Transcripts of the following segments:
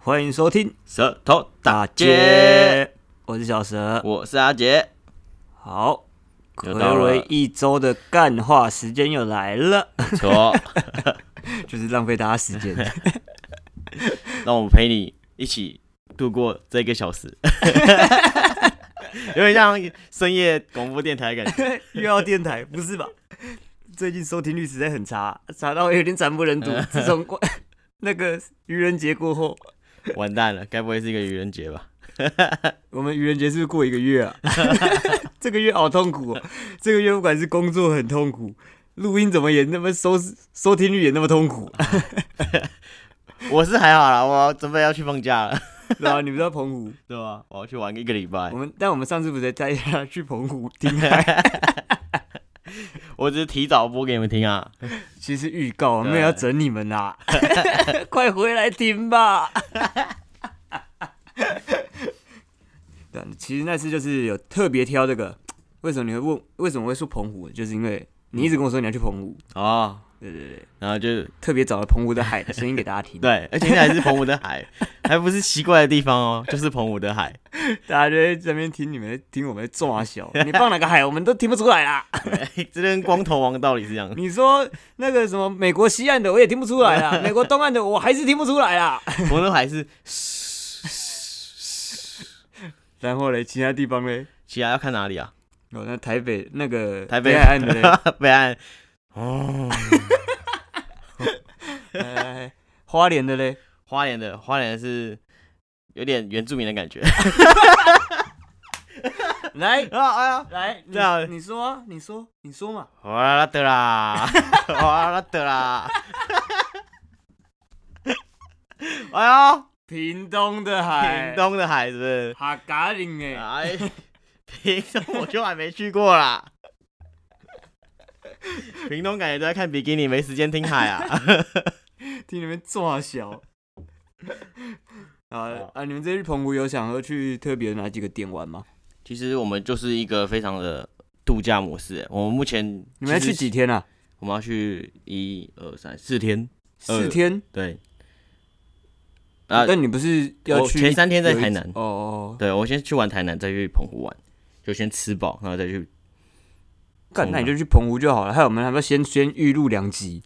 欢迎收听舌头大大街街，我是小蛇。我是阿 杰，好，又暌到了违一周的干话时间又来了，没错， 就是浪费大家时间。让我们陪你一起度过这个小 时，有点像深夜广播电台的感觉。 又要电台，不是吧？最近收听率实在很差，差到有点惨不 忍睹。自从过那个愚人节过后，完蛋了，该不会是一个愚人节吧？我们愚人节是不是过一个月 啊？这个月好痛苦、哦，这个月不管是工作很痛苦，录音怎么也那么收视收听率也那么痛 苦。我是还好啦，我准备要去放假了，然后你不知道澎湖，对吧？我要去玩一个礼拜我，们但我们上次不是带他 去澎湖听海，我只是提早播给你们听啊。其实预告我们对要整你们啦， 快回来听 吧。对，啊其实那次就是有特别挑这个，为什么你会问？为什么会说澎湖？就是因为你一直跟我说你要去澎湖，哦，对对对，然后就特别找了澎湖的海的声音 给大家听，对，而且那还是澎湖的 海，还不是奇怪的地方哦，就是澎湖的海。大家就在这边听你们听我们在抓小， 你放哪个海我们都听不出来啦。对 这跟光头王的道理是一 样的。你说那个什么美国西岸的我也听不出来 啦，美国东岸的我还是听不出来啦。澎湖海是然后嘞，其他地方嘞，其他要看哪里啊？哦，那台北那个台北北海岸的嘞， 北岸。哦，来来来哎花莲的嘞，花莲的花莲是有点原住民的感觉。来啊哎呀，来，你这样你说啊，你说，你说嘛，哇啦的啦，哇啦的啦。哎呀，屏东的海，屏东的海是不是？哈嘎岭哎，哎，屏东我就还没去过啦。屏东感觉都在看比基尼，没时间听海啊。听你们抓 小。啊好啊！你们这次去澎湖有想要去特别哪几个点玩吗？其实我们就是一个非常的度假模式。我们目前你们要去其实几天啊？我们要去一二三四天，呃四天。对。啊，但你不是要我去前一三天在有一台南哦哦，哦对我先去完台南，再去澎湖玩，就先吃饱，然后再去。干，澎湖那你就去澎湖就好了。还有我们还要先先预录两 集，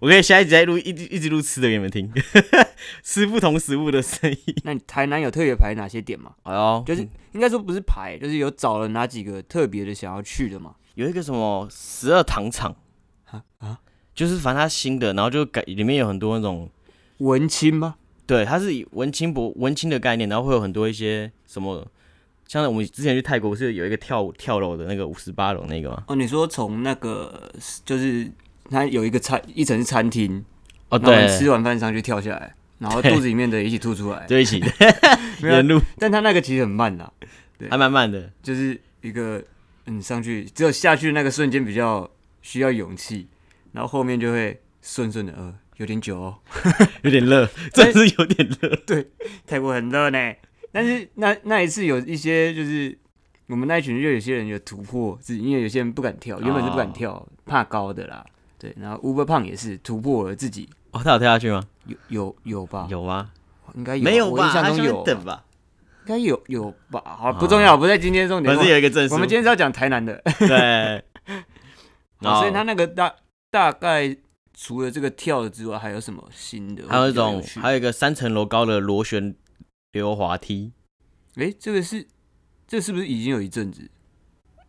我可以下一集再录，一直一直录吃的给你们听，吃不同食物的声音。那你台南有特别排哪些点吗？哎呦，就是应该说不是排，就是有找了哪几个特别的想要去的嘛。有一个什么十二糖厂啊啊，就是反正它新的，然后就改里面有很多那种，文青吗？对，它是以文青博文青的概念，然后会有很多一些什么，像我们之前去泰国不是有一个跳舞跳楼的那个五十八楼那个吗？哦，你说从那个就是它有一个餐一层是餐厅，哦，然后我们对，吃完饭上去跳下来，然后对肚子里面的一起吐出来。对一 起没有沿路但它那个其实很慢啦，还蛮慢的，就是一个嗯上去，只有下去那个瞬间比较需要勇气，然后后面就会顺顺的，呃，有点久哦。有点热，真是有点热。泰国很热呢，但是那那一次有一些就是我们那一群就有些人有突破，是因为有些人不敢跳，原本是不哦敢跳，怕高的啦。对，然后 Uber 胖也是突破了自己，哦，他有跳下去吗？有有有吧？有吗？应啊哎该有，啊没有我印吧？象他中有，等吧？应该有有吧？好，啊不重要，不在今天重点。反正有一个证啊书。我们今天是要讲台南的，，天对哦好所以他那个大大概除了这个跳的之外，还有什么新的？还有一我种比较，还有有一个三层楼高的螺旋溜滑梯。哎、诶这个是这是不是已经有一阵子？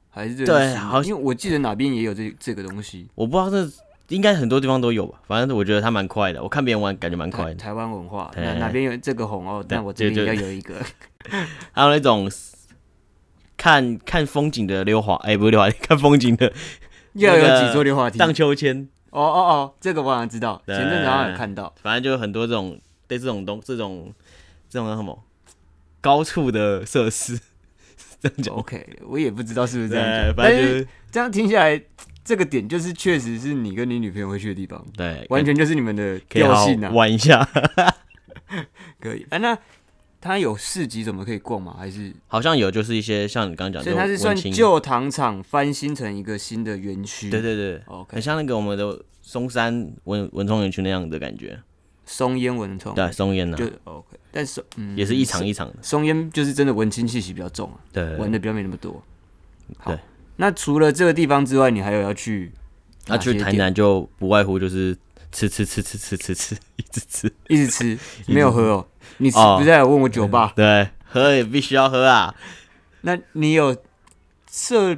还是这对个是新的好因为我记得哪边也有这这个东西。我不知道这应该很多地方都有吧，反正我觉得它蛮快的。我看别人玩感觉蛮台快 的。台湾文化，对哪哪边有这个红哦，对那我这边对对也要有一 个。还有那种看看风景的溜滑，哎、不是溜滑梯，看风景的要有那个几座溜滑梯？荡哦秋千。哦哦，这个我好像知道，对前阵子好像有看到。反正就有很多这种对这种东这种这种叫什么高处的设施， 这样讲。 OK，我也不知道是不是这样对讲，，哎反但正就是是这样听下来，这个点就是确实是你跟你女朋友会去的地方，对，完全全就是你们的哎可以好调好性啊。玩一下。 可以，哎，那它有市集怎么可以逛吗？还是好像有就是一些像你刚刚讲，所以它是文算青旧糖厂翻新成一个新的园区？对对对， ，OK，很像那个我们的松山文文创园区那样的感觉。松烟蚊虫，对，啊松烟呢就 OK。但是嗯，也是一场一场的，松烟就是真的文青气息比较重、啊，对，玩的比较没那么多。好对，那除了这个地方之外，你还有要去那哪些啊去台店南就不外乎就是吃吃吃吃吃吃吃， 一直吃。一直吃，没有喝哦。你是哦不是还有问我酒吧？对，喝也必须要喝啊。那你有设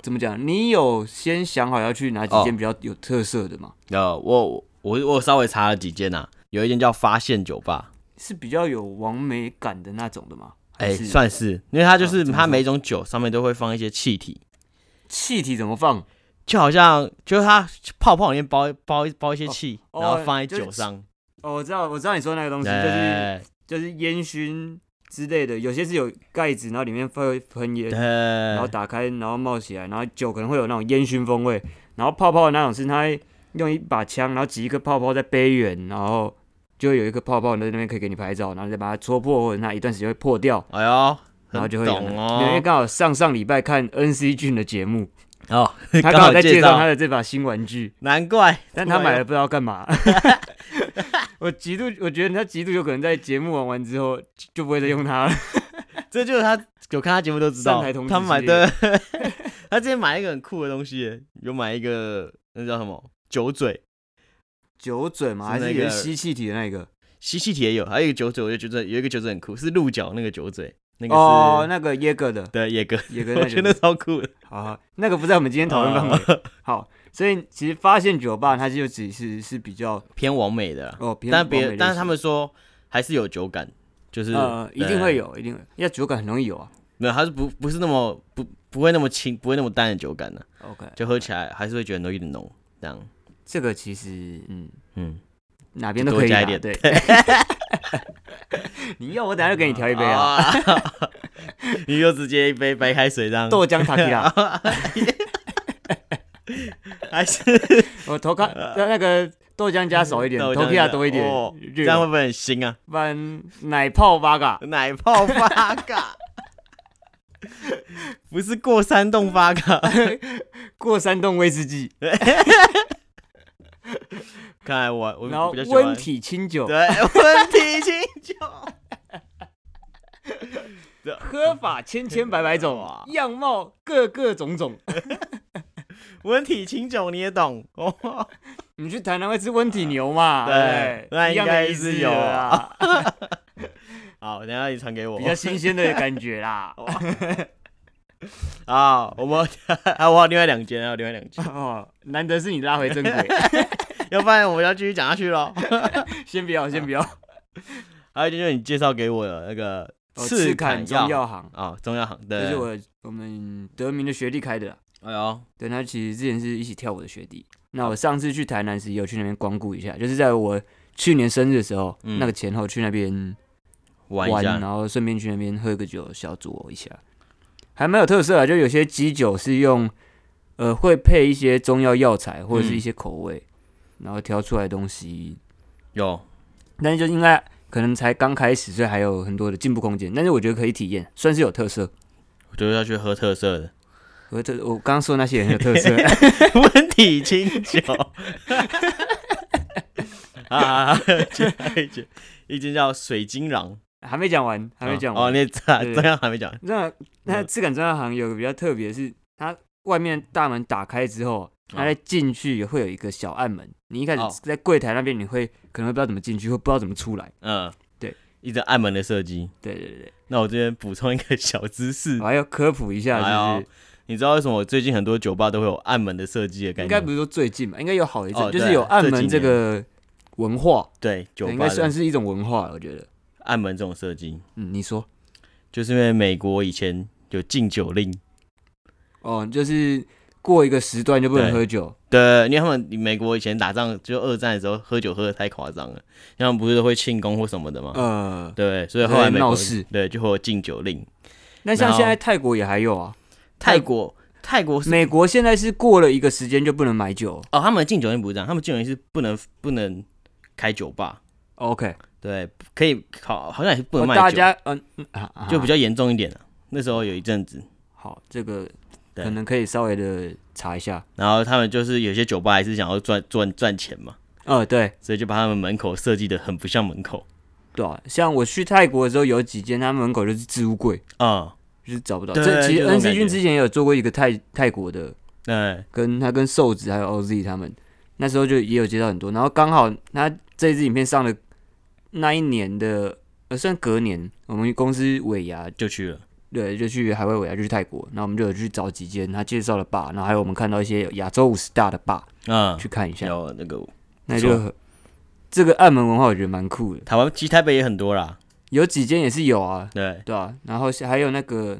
怎么讲？你有先想好要去哪几哦间比较有特色的吗？呃，我我我我稍微查了几间啊，有一间叫发现酒吧，是比较有完美感的那种的吗？还哎、是算是，因为它就啊是怎么它说每种酒上面都会放一些气体，气体怎么放？就好像就是它泡泡里面包包包一些气，哦然后放在就是酒上，哦，我知道，我知道你说那个东西，就是对就是烟熏之类的，有些是有盖子，然后里面会喷烟对，，然后打开，然后冒起来，然后酒可能会有那种烟熏风味，然后泡泡的那种是它会用一把枪，然后挤一个泡泡在杯缘，然后就会有一个泡泡在那边可以给你拍照，然后你再把它戳破，或者它一段时间会破掉，哎呦，然后很就会有那懂没有因为哦，刚好上上礼拜看 N C 俊的节目，哦，他刚 刚好在介介绍他，的啊这把新玩具，难怪，但他买了不知道干 嘛。我极度，我觉得他极度有可能在节目玩完之后就就不会再用它了。这就是他有看他节目都知道上台同，志他买系的， 他之前买一个很酷的东西耶，有买一个那叫什么酒嘴， 酒嘴吗？还是是那也个是吸气体的那个？吸气体也有，还有一个酒嘴，我就觉得有一个酒嘴很酷，是鹿角那个酒嘴，那个是、哦，那个耶格 的，对野哥，野格我那哦觉个得超酷的，好好，那个不在我们今天讨论范围。围 好，所以其实发现酒吧它就只是是比较偏完美的啦，哦，偏但完美别类但是型他们说还是有酒感，就是、呃一定会，有，一定会有，要酒感很容易有啊。没有，它是不不是那么不不会那么轻，不会那么淡的酒感呢、啊 OK，就喝起来还是会觉得有点浓，这样，这个其实嗯。嗯，哪边都可以啦多加一点 对，你要我等下就给你调一杯啊，啊， 你就直接一杯白开水这样，豆浆塔 Q 啦，还是 我头咖那个豆浆加少一点，豆头嗯浆 Q 加多一点哦，这热样会的，不会很腥啊？不然奶泡八嘎，奶泡发嘎， 不是过山洞发嘎，过山洞威士忌，看来我我然后比较喜欢温体清酒，对 温体清酒，喝法千千百百种哇，样貌各个种种。 温体清酒你也懂哦，你去台南会吃温体牛嘛？对对不对，那一样应该的意思是有啊了啦，好，等一下你传给我比较新鲜的感觉啦。啊，我们啊我还有另外两间，还有另外两间， 哦，难得是你拉回 正轨，要不然我们要继续讲下去喽。先不哦要，先不要。还有一间就是你介绍给我的那个哦赤坎坎中药行，啊，中药行，这对是，我我们德明的学弟开的啦。哎呦，对，他其实之前是一起跳舞的学弟。那我上次去台南时也有去那边光顾一下，就是在我去年生日的时候，嗯那个前后去那边玩一下，然后顺便去那边喝个酒，小酌一下，还蛮有特色啊。就有些基酒是用，呃，会配一些中药药材或嗯者是一些口味，然后调出来的东西。有但是就应该可能才刚开始，所以还有很多的进步空间。但是我觉得可以体验，算是有特色。我就是要去喝特色的我这我刚刚说那些很有特 色，温体清酒。啊，去一间，一间叫水晶瓤，还没讲完，还没讲哦，完。你嗯对这样还没讲那那质感中药行有个比较特别的是，它外面大门打开之后，它再进去也会有一个小暗门。你一开始哦在柜台那边，你会可能会不知道怎么进去，或不知道怎么出来。嗯，对，一直暗门的设计。对对对那我这边补充一个小知识对，我，还要科普一下，哎就呦是你知道为什么最近很多酒吧都会有暗门的设计的概应念？该不是说最近吧，应该有好一阵，哦就是对有暗这几门这年个文化，对，酒对应吧该的算是一种文化，我觉得。暗门这种设计，嗯，你说就是因为美国以前有禁酒令，哦，就是过一个时段就不能对喝酒，对，因为他们美国以前打仗就二战的时候喝酒喝的太夸张了，他们不是都会庆功或什么的吗？呃，对，所以后来美对国闹事对就会有禁酒令。那像然后现在泰国也还有啊，泰国泰国是美国现在是过了一个时间就不能买酒哦，他们的禁酒令不是这样，他们禁酒令是不能不能开酒吧，哦，OK，对，可以好好像也是不能哦卖酒，大家嗯、嗯啊啊就比较严重一点了、那时候有一阵子，好，这个对可能可以稍微的查一下。然后他们就是有些酒吧还是想要赚赚赚钱嘛，呃，对所以就把他们门口设计的很不像门口对啊，像我去泰国的时候，有几间他们门口就是置物柜，啊。就是找不到。对这其就实那种 N 感 C 觉君之前也有做过一个泰泰国的，嗯，跟他跟瘦子还有 OZ 他们，那时候就也有接到很多，然后刚好他这支影片上的那一年的，呃，算隔年，我们公司尾牙就去了。对，就去海外尾牙，就去泰国，然后我们就有去找几间他介绍的吧，然后还有我们看到一些亚洲五十大的吧啊，去看一下，有那个那就很这个暗门文化我觉得蛮酷的，台湾，其实台北也很多啦。有几间也是有啊，对，对啊，然后还有那个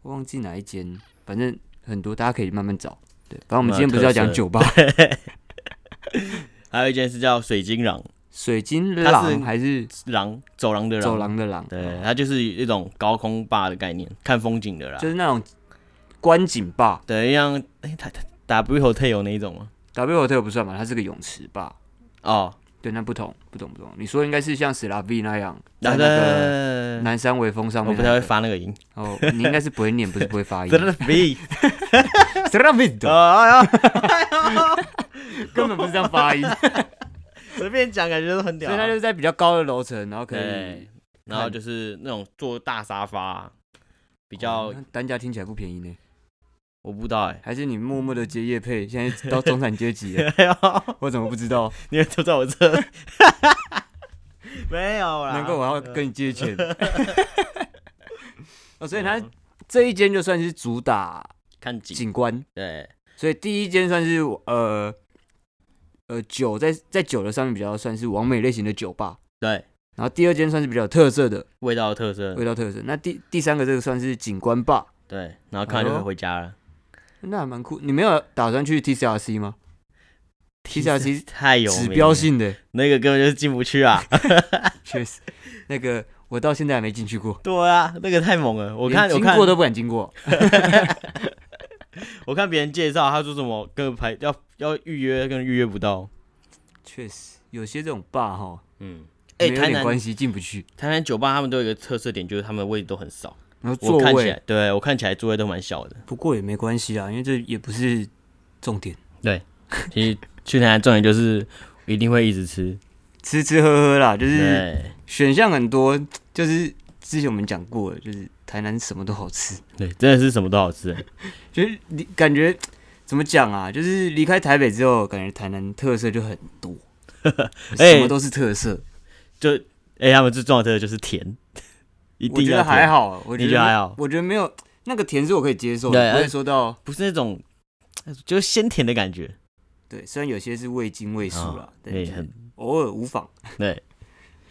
我忘记哪一间，反正很多大家可以慢慢找。对，反正我们今天不是要讲 酒吧，还有一间是叫水晶廊，水晶它是廊还是廊走廊的廊，走廊的廊，对，它就是一种高空坝的概念，看风景的啦就。是那种观景吧对，像哎，它它 W Hotel 那一种吗？ ，W Hotel 不算吧，它是个泳池吧？哦，对，那不同，不同，不同。你说应该是像史拉 V 那样，在然那个后南山微风上我面不那个、太会发那 个音哦，你应该是不会念，不是不会发音。 ，W 史拉 V 的啊，哎呦 根本不是这样 发音，所随便讲感觉都很屌以啊。它就是在比较高的楼层，然后可以对，然后就是那种坐大沙发啊，比较哦那单价听起来不便宜呢。我不知道哎，还是你默默的接业 配，现在到中产阶级了，我怎么不知道？你们都在 我这，没有啦，呃难怪我要跟你借钱。 哦，所以它这一间就算是主打看景，景观，对，所以第一间算是呃呃酒在在酒的上面比较算是完美类型的酒吧，对，嗯然后第二间算是比较有特色的味道特色，味道特色，那第第三个这个算是景观吧，对，然后看完就哎可以呦回家了。那还蛮酷。你没有打算去 TCRC 吗？TCRC 太有指名了标，性的，那个根本就是进不 去啊。确实， 那个我到现在还没进去过，对啊，那个太猛了。我看连我经看过都不敢经过。 我看别人介绍，他说什么跟排要要预约，跟预约不到。确实，有些这种吧哈，嗯，哎、没有台点南关系进不去，台南酒吧他们都有一个特色点，就是他们的位置都很少。然后我座看起位来，对我看起来座位都蛮小的。 不过也没关系啊，因为这也不是重点，其实去台南重点就是一定会一直吃，吃吃喝喝啦，就是。对选项很多，就是之前我们讲过的，就是台南什么都好吃，对，真的是什么都好吃、欸就是你感觉怎么讲啊？就是离开台北之后，感觉台南特色就很 多，哎什么都是特色。就哎、他们最重要的特色就是甜， 一我定啊觉要得还甜，好，我觉你觉得得啊还好我觉得没有那个甜是我可以接受的，对不会而说到不是那种就是鲜甜的感觉，对，虽然有些是味精味素啦哦，但对，是很偶尔无妨。对。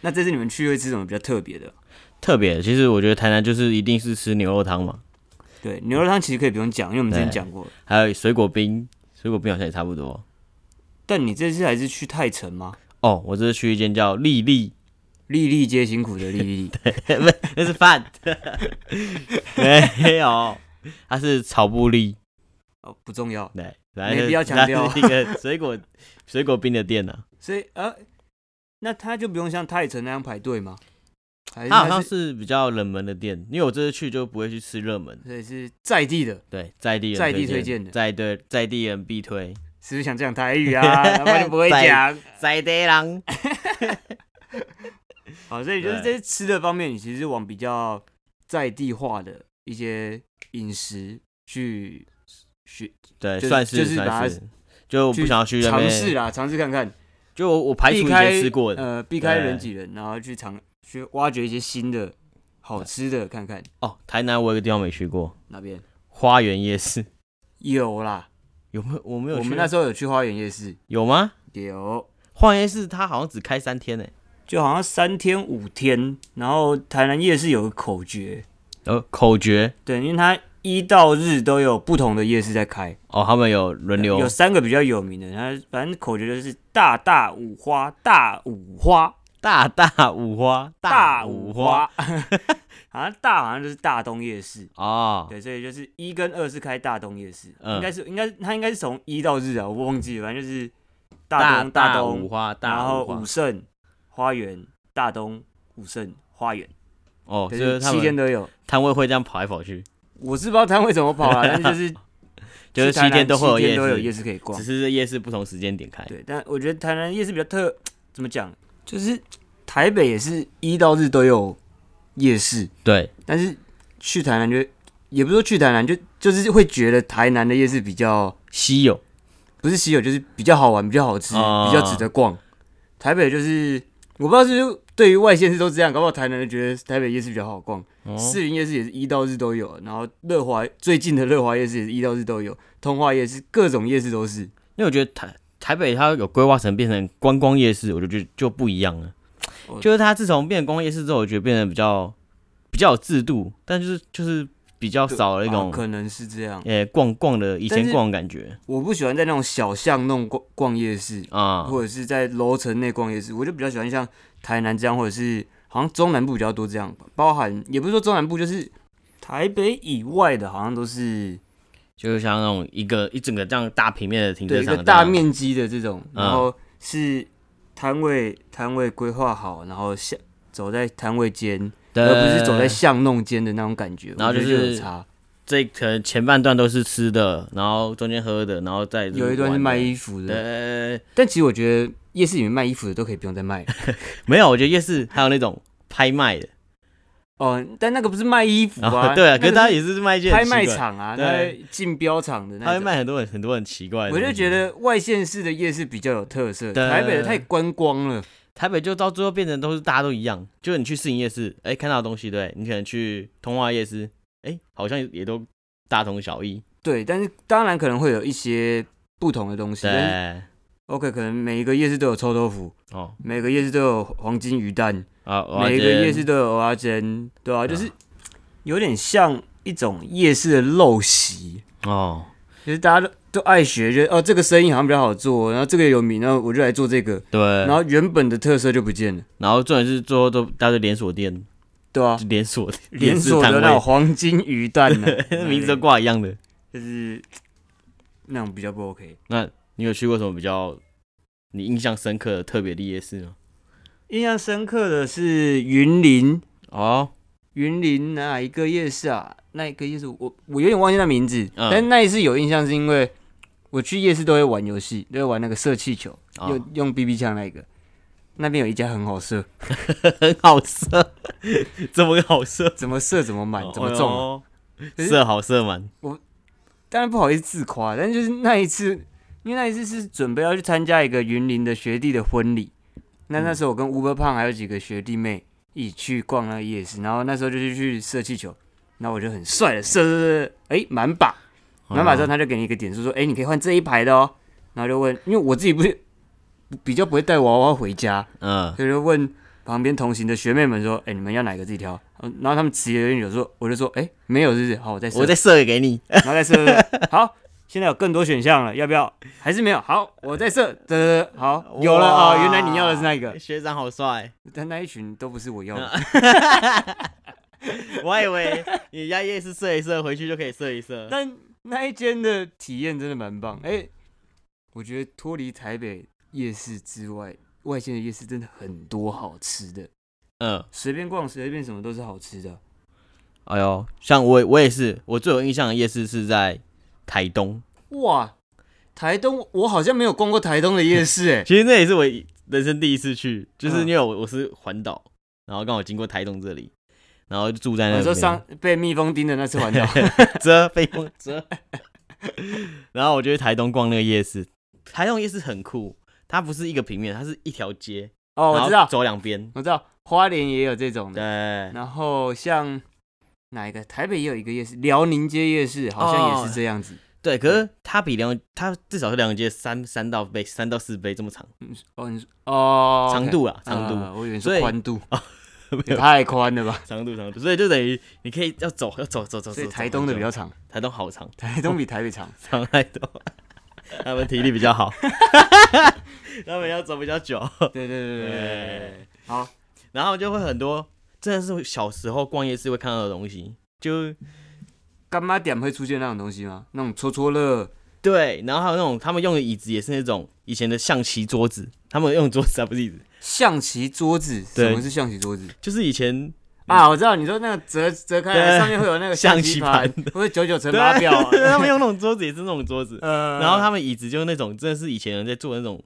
那这次你们去会吃什么比较特别的？特别，其实我觉得台南就是一定是吃牛肉汤嘛，对，牛肉汤其实可以不用讲，因为我们之前对讲过。还有水果冰，水果冰好像也差不多。但你这次还是去泰城吗？哦，我这次去一间叫丽丽， 粒粒皆辛苦的粒粒，那是饭， 没有，它是草布粒，哦，不重要。对，反正没必要强调它是一个 水果水果冰的店呢、啊所以呃，那他就不用像泰城那样排队吗？还是它好他像是是比较冷门的店，因为我这次去就不会去吃热门，所以是在地的，对，在地人在地推推荐的在对在地人必推，是不是想讲台语 啊？然后就不会讲。在地人，好，所以就是对在吃的方面，你其实是往比较在地化的一些饮食去去对，就是算是、就是把它算是，就我不想要去那尝边试啦，尝试看看，就我我排除避以开前吃过的呃，避开对人挤人，然后去尝去挖掘一些新的好吃的，看看哦。台南我有个地方没去过，哪边花园夜市有啦。有没有？我没有去我啊，们那时候有去花园夜市，有吗？有。花园夜市它好像只开三天欸呢，就好像三天五天，然后台南夜市有个口诀，呃，口诀对，因为它一到日都有不同的夜市在开，哦，他们有轮流有三个比较有名的，它反正口诀就是大大五花，大五花，大大五花，五五花， 好像大好像就是大东夜市，哦，对，所以就是一跟二是开大东夜市，嗯应该是应该它应该是从一到日啊，我忘记了，反正就是大大东大五东，花，然大后五花武圣花园，大东武圣花园，哦，就就是是他七天们都有。摊位会这样跑来跑去， 我是不知道摊位怎么跑啊，但是就是就去台是七南天都会有七夜天都有市，夜市可以逛只。是夜市不同时间点开。对，但我觉得台南夜市比较特，怎么讲？就是台北也是一到日都有夜市，对，但是去台南就也不是说去台南，就就是会觉得台南的夜市比较稀有。不是稀有，就是比较好玩、比较好吃、啊比较值得逛。台北就是我不知道是不是对于外县市都这样，搞不好台南人觉得台北夜市比较好逛。哦士林夜市也是一到日都有，然后乐华最近的乐华夜市也是一到日都有，通化夜市各种夜市都是。因为我觉得台台北它有规划成变成观光夜市，我就觉得就不一样了哦。就是它自从变成观光夜市之后，我觉得变得比较比较有制度，但就是就是比较少了一啊种可能是这样。呃、逛逛的以但前是逛的感觉我不喜欢在那种小巷弄逛逛夜市，啊。或者是在楼层内逛夜市，我就比较喜欢像台南这样，或者是好像中南部比较多这样，包含也不是说中南部，就是台北以外的，好像都是嗯就是像那种一个一整个这样大平面的停车对一场个这大样，面积的这种，嗯然后是摊位摊位规划好，然后巷走在摊位间，对，而不是走在巷弄间的那种感觉，呃然后我觉得就就是有差。这可能前半段都是吃的，然后中间喝的，然后再有一段是玩的卖衣服的，对，但其实我觉得夜市里面卖衣服的都可以不用再卖了。没有，我觉得夜市还有那种拍卖的，哦，但那个不是卖衣服然后、啊，对啊，可那是个它是也是卖一些很拍奇卖怪场啊，对那竞标场的他那会种。卖很多很很多很奇怪的东我就西。觉得外县市的夜市比较有特色，对台北的太观光了。台北就到最后变成都是大家都一样，就你去市营夜市，哎、看到的东西对，你可能去通化夜市，哎、好像也都大同小异。对，但是当然可能会有一些不同的东西。但是对， OK，可能每一个夜市都有臭豆腐，哦每个夜市都有黄金鱼蛋，啊，我每一觉个得夜市都有蚵仔煎，对啊，就是有点像一种夜市的陋习，哦，就是大家都都爱学，觉得哦这个生意好像比较好做，然后这个有名，然后我就来做这个，对，然然后后原本的特色就不见了。然后重点是最后都大家都连锁店，对啊就，连锁店连市锁摊的那种位，，黄金鱼蛋呢、啊 名字都挂一样的。就是那种比较不 OK。那你有去过什么比较你印象深刻的特别的夜市吗？印象深刻的是云林，哦，云林哪一个夜市啊？那一个夜市我我有点忘记那名字，嗯但那一次有印象是因为我去夜市都会玩游戏，都会玩那个射气球，哦用用 BB 枪那一个。那边有一家很好射， 很好射， 怎么个好射？怎么射怎么满，怎么中啊、哦？可是射好射满，当然不好意思自夸，但就是那一次，因为那一次是准备要去参加一个云林的学弟的婚礼。那那时候我跟吴伯胖还有几个学弟妹一起去逛那个夜市，然后那时候就是去射气球，然后我就很帅的射射射，哎、满靶，满靶之后他就给你一个点数，说，哎、你可以换这一排的哦。然后就问，因为我自己不是比较不会带娃娃回家，嗯，所以就问旁边同行的学妹们说，哎、你们要哪个自己挑？嗯然后他们迟疑了有时候我就说，哎、没有，是不是？好，我再射我再射给你。然后再射。对不对好，现在有更多选项了，要不要？还是没有？好，我再射。对对 对，好，有了啊、哇哦！原来你要的是那个，学长好 帅，但那一群都不是我要的。我还以为你家夜市射一射，回去就可以射一射。 但那一间的体验真的蛮棒，哎、我觉得脱离台北夜市之外，外县的夜市真的很多好吃的，嗯，随便逛随便什么都是好吃的。哎呦，像我我也是，我最有印象的夜市是在台东，，哇，台东我好像没有逛过台东的夜市、哎 其实那也是我人生第一次去，就是嗯因为我我是环岛，然后刚好经过台东这里，然后就住在那我边。说哦上被蜜蜂叮的那次 环岛，遮 被风遮。然后我就去台东逛那个夜市，台东夜市很酷，它不是一个平面，它是一条街，哦，我知然后道，嗯走两边。我知道，花莲也有这种的。对，然后像哪一个？台北也有一个夜市，辽宁街夜市好像也是这样子。对，可是它比梁，它至少是梁街三三到倍，三到四倍这么长，嗯哦，你说哦，长 OK 度啊，长度，啊我以为所是以宽度哦，也太宽了吧？长度，长度，所以就等于你可以要走，要走，走走走。所以走台东的比较走长，台东好长，台东比台北 长。 长太多，他们体力比较好， 他们要走比较久，对对对对对对对。好，然后就会很多，真的是小时候逛夜市会看到的东西，就干妈点会出现那种东西吗？那种戳戳乐，对，然后还有那种他们用的椅子也是那种以前的象棋桌子，他们用的桌子啊不是椅子，象棋桌子。对嗯什么是象棋桌子？ 就是以前啊，我知道你说那个折折开来对上面会有那个象棋棋盘盘，不是九九乘对，八表啊，他们用那种桌子也是那种桌子，呃，然后他们椅子就是那种真的是以前人在坐的那种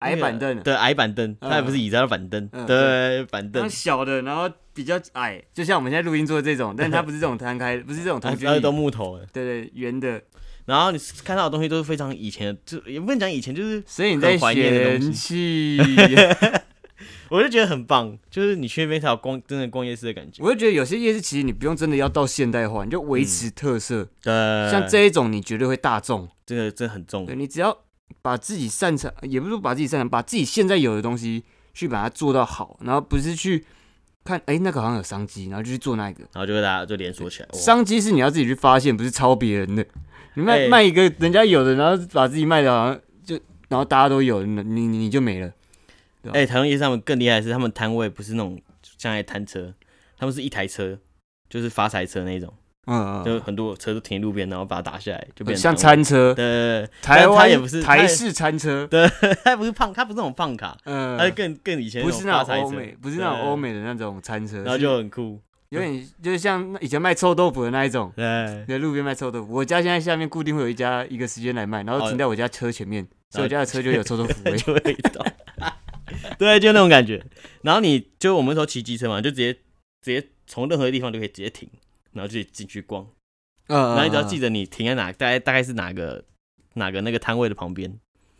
矮板凳，啊对，矮板凳，它也不是椅子，它是板凳，嗯对，板然凳后，小的，然后比较矮，就像我们现在录音做这种，但它不是这种摊开，不是这种同它居它是椅，哎都木头的，对对，圆的。然后你看到的东西都是非常以前的，就也不能讲以前，就是所以你在很怀念的嫌东弃，我就觉得很棒，就是你去那边才有逛真的逛夜市的感 觉，我就觉得有些夜市其实你不用真的要到现代化，你就嗯维持特色，对，像这一种你绝对会大众，呃这个真的很重对，你只要把自己擅长，也不是说把自己擅长，把自己现在有的东西去把它做到好，然后不是去看哎、那个好像有商机，然后就去做那个。然后就被大家就连锁起来，哇商机是你要自己去发现，不是抄别人的。你卖、哎卖一个人家有的，然后把自己卖的好像就，然后大家都有，你你你就没了。哎，台湾夜市他们更厉害的是，他们摊位不是那种像来摊车，他们是一台车。就是发财车那种，嗯就很多车都停路边，然后把它打下来，就变嗯，成像摊餐位车，对，对 台但它湾也不是它台也式餐车，对，它不是胖，它不是那种胖卡，它嗯是，更更以前不种是发那种财欧车美，不是那种对欧美的那种餐车，然后是就很酷，有点就是像那以前卖臭豆腐的那一种。对，在路边卖臭豆腐，我家现在下面固定会有一家一个时间来卖，然哦后停在我家车前面，所以我家的车就有臭豆腐味。就味道，对，就那种感觉。然后你就我们那时候骑机车嘛，就直接直接从任何地方就可以直接停，然后就进去逛。嗯， 然后你只要记得，得你停在哪，大概大概是哪个哪个那个摊位的旁边，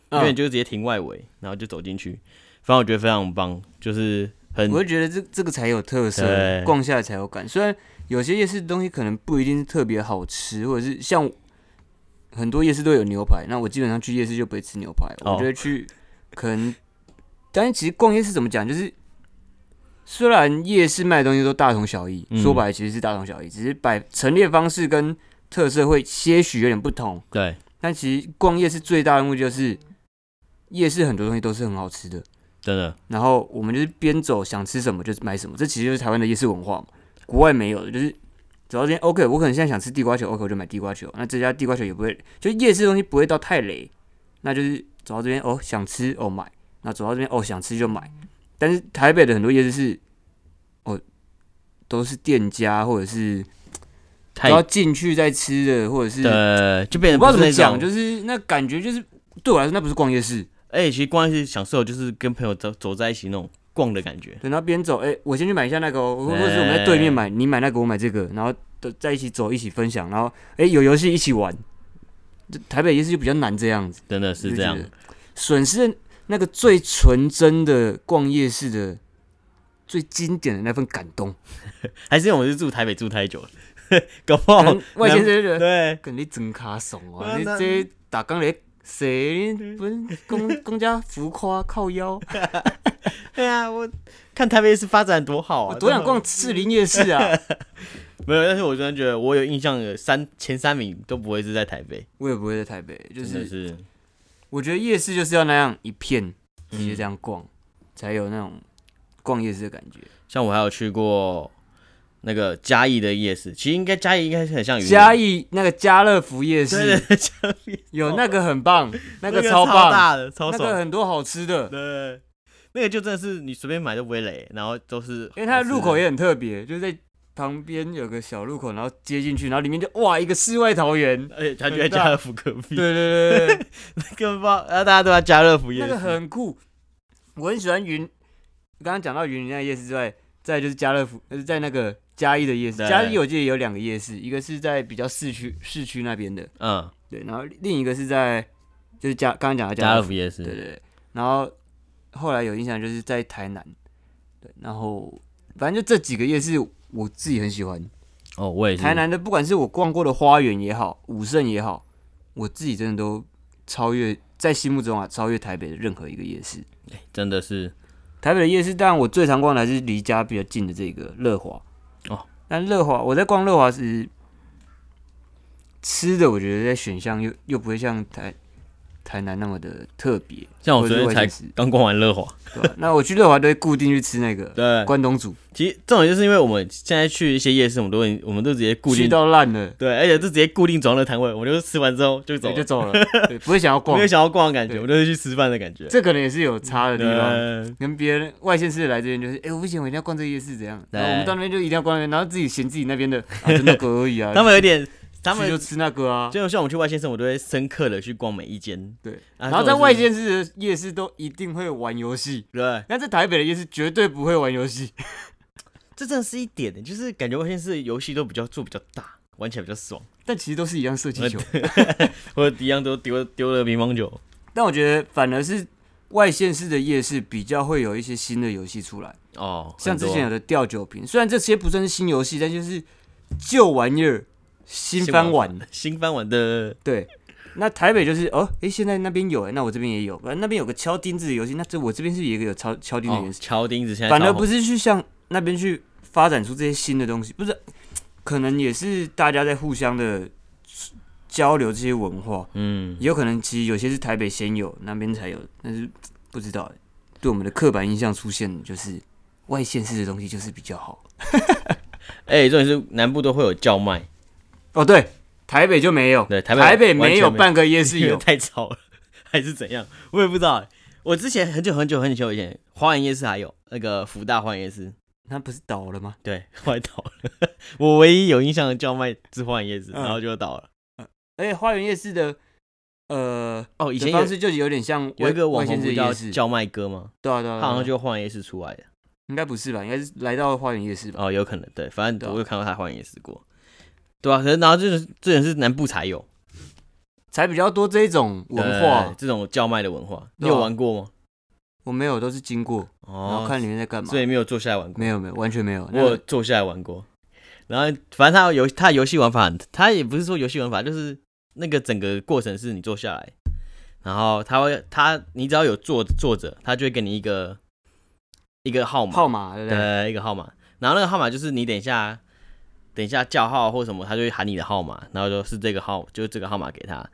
嗯啊因为你就直接停外围，然后就走进去。反正我觉得非常棒，就是很我会觉得这这个才有特色，对逛下来才有感。虽然有些夜市的东西可能不一定是特别好吃，或者是像很多夜市都有牛排，那我基本上去夜市就不会吃牛排，哦我觉得去可能，但是其实逛夜市怎么讲，就是虽然夜市卖的东西都大同小异，嗯说白了其实是大同小异，只是摆陈列方式跟特色会些许有点不同。对但其实逛夜市最大的目的就是，夜市很多东西都是很好吃的。真的然后我们就是边走想吃什么就买什么，这其实就是台湾的夜市文化嘛，国外没有的，就是走到这边 OK，我可能现在想吃地瓜球，OK 我就买地瓜球，那这家地瓜球也不会，就夜市的东西不会到太雷，那就是走到这边哦想吃哦买，那走到这边哦想吃就买，但是台北的很多夜市是哦都是店家或者是太都要进去再吃的，或者是我对，就变不知道得怎么是那讲，种就是那感觉就是对我来说那不是逛夜市，哎、其实逛是享受，就是跟朋友走走在一起那种逛的感觉。对，然后边走，哎、我先去买一下那个、哦，或或哎者是我们在对面买，你买那个，我买这个，然后都在一起走，一起分享，然后哎、有游戏一起玩。这台北夜市就比较难这样子，真的是这样就觉，得，损失那个最纯真的逛夜市的最经典的那份感动。还是因为我是住台北住太久了， 搞不好哦、外先生就觉得，对，跟你真卡怂啊哦，你那这打工咧谁你不是 公公家浮夸靠腰，哦对啊，我看台北夜市发展多好啊，我多想逛士林夜市 啊！没有，但是我真的觉得我有印象的三前三名都不会是在台北，我也不会在台北，就真的是是我觉得夜市就是要那样一片，嗯直接这样逛，才有那种逛夜市的感觉。像我还有去过那个嘉义的夜市，其实应该嘉义应该是很像云林嘉义那个家乐福夜对市对对，嘉义有那个很棒，那个超棒，大的，超那爽，个很多好吃的，对，那个就真的是你随便买都不会累，然后都是因为它的入口也也很特别，就是在旁边有个小入口，然后接进去，然后里面就哇一个世外桃 源。而且他就在家乐福隔对，壁对对对对，根本不知道，然啊后大家都在家乐福夜那市个，很酷，我很喜欢云。刚刚讲到云林的夜市之外，再来就是家乐福，呃，在那个嘉义的夜市。对嘉义我记得有两个夜市，一个是在比较市区市区那边的，嗯，对，然后另一个是在就是家刚刚讲的家家乐乐福，福夜市，对对对。然后后来有印象就是在台南，对，然后反正就这几个夜市我自己很喜欢。哦，我也是台南的不管是我逛过的花园也好，武圣也好，我自己真的都超越在心目中啊超越台北的任何一个夜市。真的是台北的夜市，当然我最常逛的还是离家比较近的这个乐华。哦，但乐华我在逛乐华时，吃的我觉得在选项又又不会像台台南那么的特别，像我或者昨是天外才县市刚逛完乐华，对 吧、那我去乐华都会固定去吃那个对，关东煮，其实这种就是因为我们现在去一些夜市，我们都会我们都直接固去定，到烂了，对，而且就直接固定装了摊位，我们就是吃完之后就走对，了，就走了，对，不会想要 逛没有。想要逛的感觉，对我们就是去吃饭的感觉。这可能也是有差的地方，对跟别人外县市来这边就是，哎、我不行，我一定要逛这个夜市怎样？然后我们对，到那边就一定要逛那边，然后自己嫌自己那边的、啊、就那个而已啊 他们有点，他去就们吃那个啊。就像我们去外县市，我们都会深刻的去逛每一间，对啊然后在这种是外县市的夜市都一定会玩游戏，对，但在台北的夜市绝对不会玩游戏。 这真的是一点，就是感觉外县市的游戏都比较做比较大，玩起来比较爽，但其实都是一样射击呃球，或者一样都丢丢了乒乓球，但我觉得反而是外县市的夜市比较会有一些新的游戏出来，哦，像很多之前有的吊酒瓶，虽然这些不算是新游戏，但就是旧玩意儿新翻玩。新翻玩的，对，那台北就是哦，诶，现在那边有、诶，那我这边也有，反正那边有个敲钉子的游戏，那这我这边是不是也有一个有敲敲钉子的游哦戏，敲钉子现在反而超红不是去向那边去发展出这些新的东西，不是，可能也是大家在互相的交流这些文化。嗯，也有可能其实有些是台北先有，那边才有，但是不知道欸对我们的刻板印象出现就是外县市的东西就是比较好。哎，重点是南部都会有叫卖，哦，对，台北就没有，对台台北完没全有没半个夜市是有。 太吵了，还是怎样？我也不知道欸、我之前很久很久很久以前，花园夜市还有那个福大花园夜市，那不是倒了吗？对， 后来倒了。我唯一有印象的叫卖是花园夜市，嗯然后就倒了。而且花园夜市的呃哦，以前的方有式就有点像有一个外外网红县不市叫夜市，叫卖哥吗？对啊对啊，他对啊好像就花园夜市出来的。应该不是吧？应该是来到花园夜市吧？哦，有可能，对，反对正啊我有看到他花园夜市过。对啊，可是然后就是这种是南部才有才比较多这种文对化，这种叫卖的文化，你对啊有玩过吗？我没有，都是经过，然后哦，看里面啊在干嘛所。以没有坐下来玩过。没有没有，完全没有。我那有坐下来玩过，然后反正他游他游戏玩法很，他也不是说游戏玩法，就是那个整个过程是你坐下来，然后他会他你只要有坐坐着，他就会给你一个一个号码，号码对不嗯对？对，一个号码，然后那个号码就是你等一下等一下叫号或什么，他就会喊你的号码，然后就是这个号就是这个号码给他，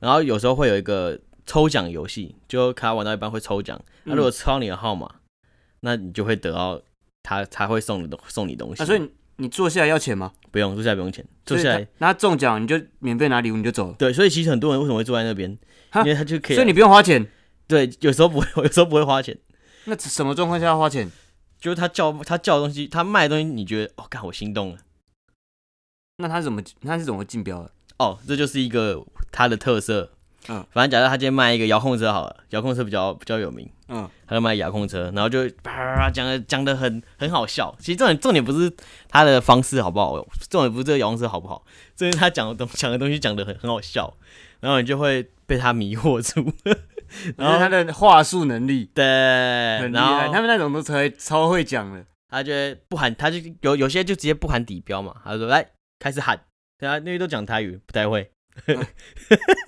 然后有时候会有一个抽奖游戏，就他玩到一半会抽奖，那、嗯如果抽到你的号码，那你就会得到他他会送你东送你东西。啊，所以你你坐下来要钱吗？不用坐下来不用钱，坐所以下他来。那中奖你就免费拿礼物你就走了，对，所以其实很多人为什么会坐在那边，哈因为他就可以。所以你不用花钱。对有时候不会，有 时候不会花钱，那什么状况下要花钱？就是他叫他叫的东西，他卖的东西，你觉得哦，干我心动了。那他怎么他是怎么竞标的？哦，这就是一个它的特色。嗯嗯，反正假设他今天卖一个遥控车好了，遥控车比较比较有名，嗯，他就卖遥控车，然后就啪啪啪啪讲的讲的很很好笑。其实重点重点不是他的方式好不好，重点不是这个遥控车好不好，重点是他讲的东讲的东西讲的很很好笑，然后你就会被他迷惑住。 然后他的话术能力对，很哎然厉害，他后们那种都才超会讲 的。他就会不喊，他就有有些就直接不喊底标嘛，他就说来开始喊，对啊，那些都讲台语，不太会。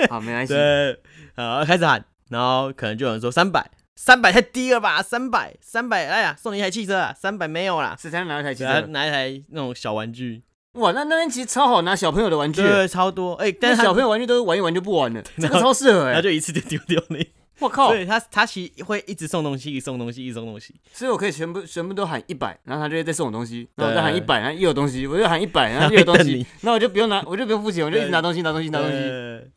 好，没关系。对，好，开始喊，然后可能就有人说三百，三百太低了吧，三百，三百，哎呀，送你一台汽车啊，三百没有啦，是他拿一台汽然后车，拿一台那种小玩具，哇，那那边其实超好拿小朋友的玩具，对，超多，哎、但那是他小朋友玩具都是玩一玩就不玩了，这 然后个超适合他哎。就一次就丢掉那，我靠所，以他他其实会一直送东西，一直送东西，一直送东西，所以我可以全部全部都喊一百，然后他就会再送我东西，然后我对再喊一百，然后又有东西，我又喊一百，然后又有东他会瞪西 你，那我就不用拿，我就不用付钱，我就一直对拿东西拿东西拿东西。对。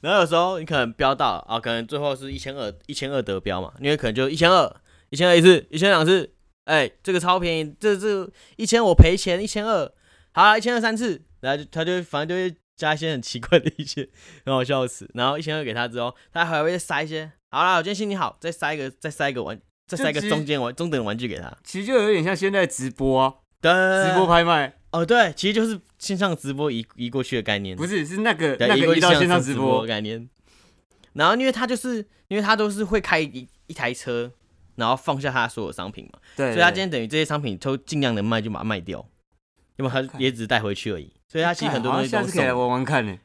然后有时候你可能标到啊，可能最后是一千二，一千二得标嘛，因为可能就一千二，一千二一次，一千两次，哎、这个超便宜，这这一千我赔钱，一千二，好啦，一千二三次，然后就他就反正就会加一些很奇怪的一些，很好笑死。然后一千二给他之后，他还会再塞一些，好啦，我今天心情好，再塞一个，再塞一个玩，再塞一个就直中间玩中等玩具给他，其实就有点像现在直播啊，对，直播拍卖，哦，对，其实就是线上直播移移过去的概念，不是是那个对，那一个移到线上直直播的，概念。然后因为他就是因为他都是会开一一台车，然后放下他所有商品嘛，对，所以他今对天等于这些商品都尽量能卖就把它卖掉，要么他看也只带回去而已。所以他其实很多好东像西下都次可以来送。玩玩看 呢。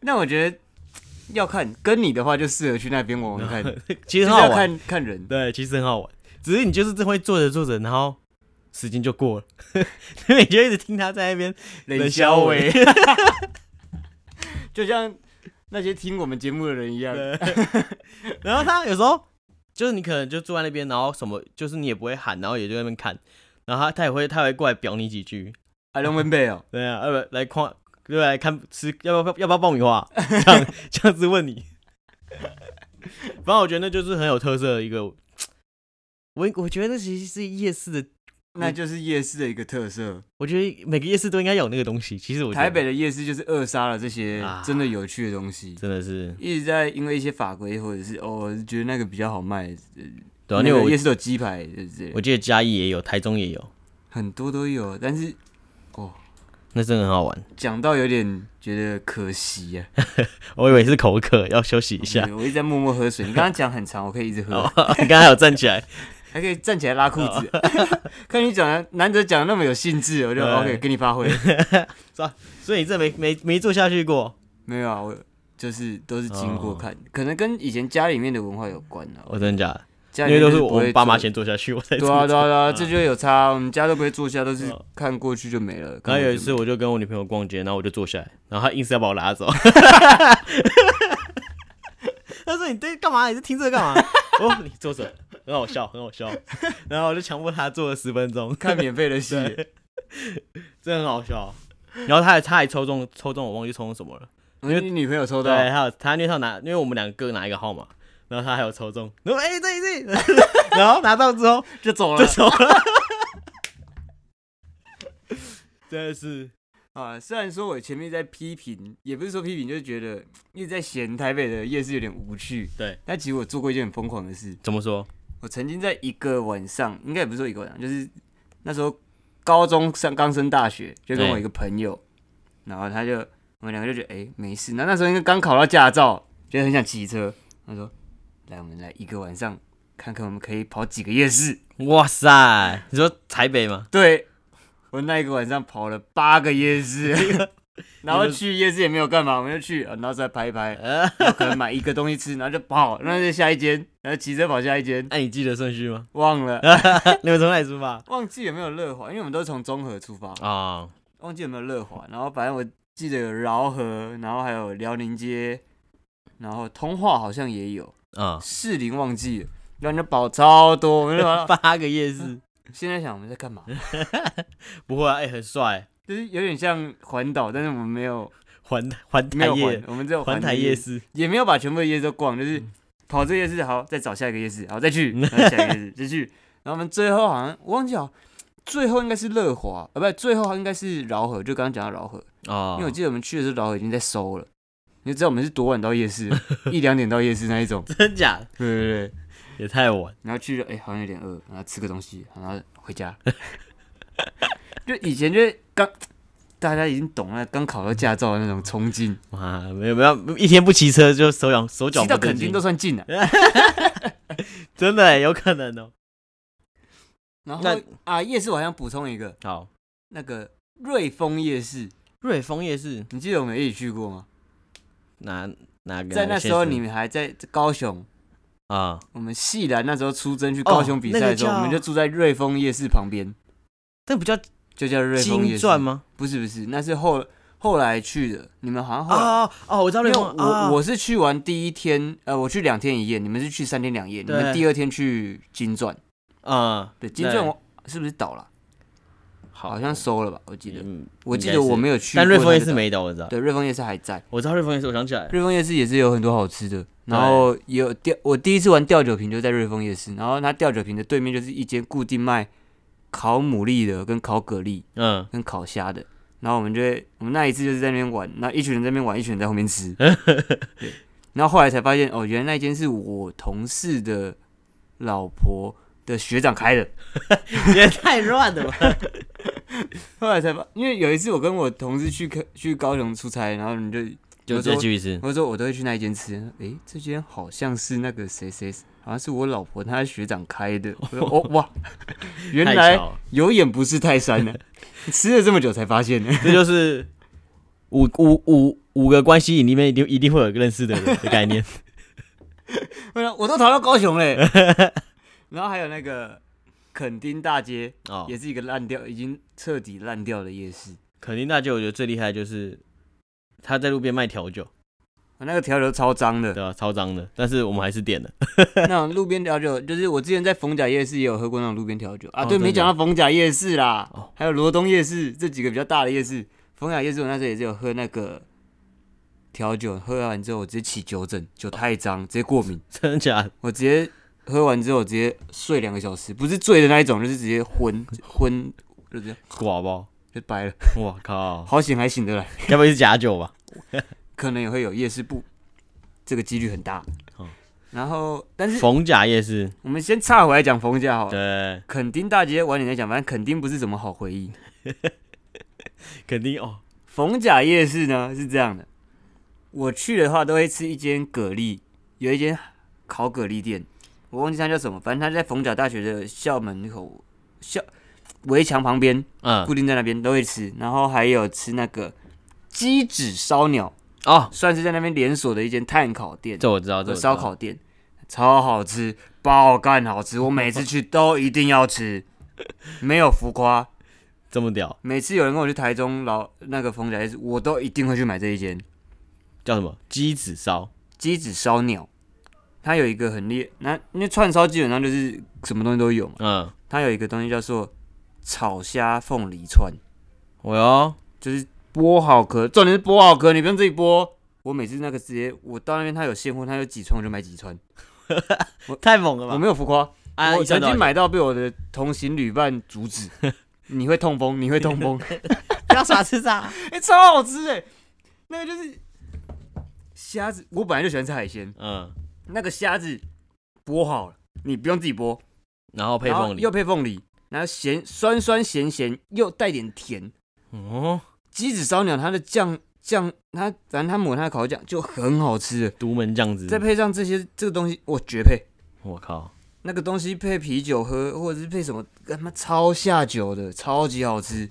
那我觉得要看跟你的话，就适合去那边玩玩 看，其就是实很好要玩，看看人。对，其实很好玩。只是你就是这会坐着坐着，然后时间就过了， 因为你就一直听他在那边冷笑笑 伟伟，就像那些听我们节目的人一样， 然后他有时候就是你可能就坐在那边，然后什么就是你也不会喊，然后也就在那边看，然后他他也会他也会过来表你几句， I don't win bell，对 啊，要不要来看，对来看吃要不要要不要爆米 花，这样这样子问你。反正我觉得那就是很有特色的一个，我我觉得那其实是夜市的，那就是夜市的一个特色。我觉得每个夜市都应该有那个东西。其实我觉得台北的夜市就是扼杀了这些啊真的有趣的东西，真的是一直在因为一些法规或者是哦，觉得那个比较好卖，对啊，那因为个我夜市都有鸡排，对不我对？记得嘉义也有，台中也有，很多都有，但是那真的很好玩。讲到有点觉得可惜呀、我以为是口渴，要休息一下。对我一直在默默喝水。你刚刚讲很长，我可以一直喝， 哦，你刚才有站起来，还可以站起来拉裤子。 看你讲的，难得讲的那么有兴致，我就哦对 OK 给你发 挥。 所以你这没没没做下去过。没有啊，我就是都是经过哦看，可能跟以前家里面的文化有关啊。我哦真的假的？家里因为面都就是不我会们爸妈做先做下去，我才对做啊，对啊，对啊，这就有差。我们家都不会坐下，都是哦看过去就没了。然后有一看次，我就跟我女朋友逛街，然后我就坐下来，然后她硬是要把我拉走。 她说：“你在干嘛？你在听这个干嘛？” 哦，你坐着，很好笑，很好笑。然后我就强迫她坐了十分钟， 过去没了看免费的戏， 真的很好笑。然后她还她还抽中抽中我忘记抽中什么了。因为你女朋友抽到，对，还有她因为她有拿，因为我们两个各拿一个号码，然后她还有抽中。然后哎、对 对，然后拿到之后就走就了走了。 真的是，啊。虽然说我前面在批评，也不是说批评，就是觉得一直在嫌台北的夜市有点无趣。对，但其实我做过一件很疯狂的事，怎么说？我曾经在一个晚上，应该也不是说一个晚上，就是那时候高中上刚升大学，就跟我一个朋友，然后他就我们两个就觉得哎、诶没事，那那时候应该刚考到驾照，觉得很想骑车，他说来我们来一个晚上看看我们可以跑几个夜市，哇塞，你说台北吗？对我那一个晚上跑了八个夜市，然后去夜市也没有干嘛，我们就去，啊然后再拍一拍，呃，然后可能买一个东西吃，然后就跑，然后就下一间，然后骑车跑下一间，那、你记得顺序吗？忘了。你们从哪里出发？忘记有没有乐华，因为我们都是从中和出发，啊、忘记有没有乐华。然后反正我记得有饶河，然后还有辽宁街，然后通化好像也有，啊、士林忘记了，然后就跑超多。我们就 跑到 八个夜市，现在想我们在干嘛，不会啊，哎、很帅，就是有点像环岛，但是我们没有环环没台有夜环，，我们只有环台夜夜，市，嗯也没有把全部的夜市都逛，就是跑这个夜市，好再找下一个夜市，好再去，然后下一个夜市 再去，然后我们最后好像我忘记了。最后应该是乐华，啊，不，最后应该是饶河，就刚刚讲到饶河，哦因为我记得我们去的时候，老友已经在收了，你就知道我们是多晚到夜市，一两点到夜市那一 种。 真假的对对对，也太晚，然后去了，哎、好像有点饿，然后吃个东西，然后回家。就以前就是刚大家已经懂了，刚考到驾照的那种冲劲，哇，没有没有，一天不骑车就手痒手脚骑不到对垦丁劲都算近了。 真的耶有可能哦。然后那啊，夜市我还想补充一个，好，那个瑞丰夜市，瑞丰夜市你记得我们有一起去过吗？哪哪个在那时候你们们还在高雄，啊我们系篮那时候出征去高雄比赛的时候，哦那个叫我们就住在瑞丰夜市旁边，这不叫就叫瑞丰金夜市。钻吗？不是不是，那是后后来去的。你们好像后来，哦哦，我知道因为瑞丰我、，啊我是去完第一天，呃，我去两天一夜，你们是去三天两夜，你对们第二天去金钻，啊，对，金钻对我是不是倒了？好好像收了吧，我记得，嗯我记应得该是我没有去，但瑞丰夜市，没的，我知道，对，瑞丰夜市还在，我知道瑞丰夜市，我想起来了，瑞丰夜市也是有很多好吃的。然后也有吊，我第一次玩吊酒瓶就在瑞丰夜市，然后它吊酒瓶的对面就是一间固定卖烤牡蛎的、跟烤蛤蜊、 嗯，跟烤虾的，然后我们就会，我们那一次就是在那边玩，那一群人在那边玩，一群人在后面 吃。对，然后后来才发现，哦，原来那间是我同事的老婆的学长开的。也太乱了吧。后来才发，因为有一次我跟我同事去客去高雄出差，然后你就就我再说继续吃。我说我都会去那一间吃，诶，这间好像是那个谁谁，好像是我老婆她学长开的。我说哦 哇，原太来巧了有眼不识泰山呢、 吃了这么久才发现呢。 这就是五五五五个关系里面一定一定会有一个认识的人的 概念。对啊，我都逃到高雄嘞。然后还有那个垦丁大街，哦，也是一个烂掉、已经彻底烂掉的夜市。 肯定大街我觉得最厉害的就是他在路边卖调酒，那个调酒超脏的对。吧、超脏的，但是我们还是点了。 那种路边调酒，就是我之前在逢甲夜市也有喝过那种路边调酒啊。哦对，真的没讲到逢甲夜市啦，哦还有罗东夜市这几个比较大的夜市。逢甲夜市我那时候也是有喝那个调酒，喝完之后我直接起酒疹，酒太脏，直接过敏。真的假的？我直接喝完之后直接睡两个小时，不是醉的那一种，就是直接昏昏，就这样寡包， 就白了。我靠，好醒还醒得来，该不会是假 酒吧？可能也会有夜市部，这个几率很大哦。然后，但是逢甲夜市，我们先岔回来讲冯家好了。对，垦丁大街晚点再讲，反正垦丁不是什么好回忆。肯定哦，逢甲夜市呢是这样的，我去的话都会吃一间蛤蜊，有一间烤蛤蜊店，我忘记它叫什么，反正它在逢甲大学的校门口校围墙旁边，嗯，固定在那边都会吃，然后还有吃那个鸡指烧鸟，哦，算是在那边连锁的一间炭烤店，这我知道，这我呃知烧道，烤店，超好吃，爆干好吃，我每次去都一定要吃， 没有浮夸。这么屌，每次有人跟我去台中老那个逢甲夜市，我都一定会去买这一间叫什么鸡子烧？鸡指烧鸟。它有一个很厉，那因为串烧基本上就是什么东西都有嘛。嗯，它有一个东西叫做炒虾凤梨串，我哟，就是剥好壳，重点是剥好壳，你不用自己剥。我每次那个直接，我到那边他有现货，他有几串我就买几串，太猛了我吧！没有浮夸。啊，我一曾串多少经钱买到被我的同行旅伴阻 止，你会痛风，你会痛风，不要耍智障，哎、超好吃哎、那个就是虾子，我本来就喜欢吃海鲜， 嗯，那个虾子剥好了，你不用自己剥，然后配然后凤梨又，配凤梨，然后咸酸酸咸咸又带点甜，哦，鸡子烧鸟它的酱酱，它反正它抹它的烤酱就很好吃了独门酱汁再，配上这些这个东西，我绝配。我靠，那个东西配啤酒喝，或者是配什么，他妈超下酒的，超级好吃。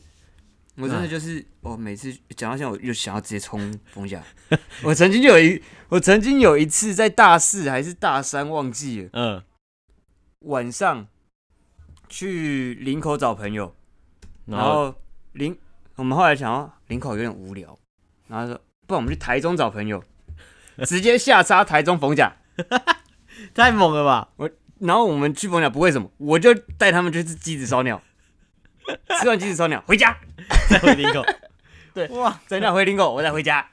我真的就是，我、每次讲到现在，我就想要直接冲风甲。 我曾经就有一，我曾经有一次在大四还是大三忘记了，嗯，晚上去林口找朋友，然然后后林我们后来想要林口有点无聊，然后说不然我们去台中找朋友，直接下沙台中逢甲。太猛了吧？然后我们去逢甲不会什么，我就带他们去吃鸡子烧鸟， 吃完鸡子烧鸟回家，再回林口， 对哇，再那回林口，我再回家。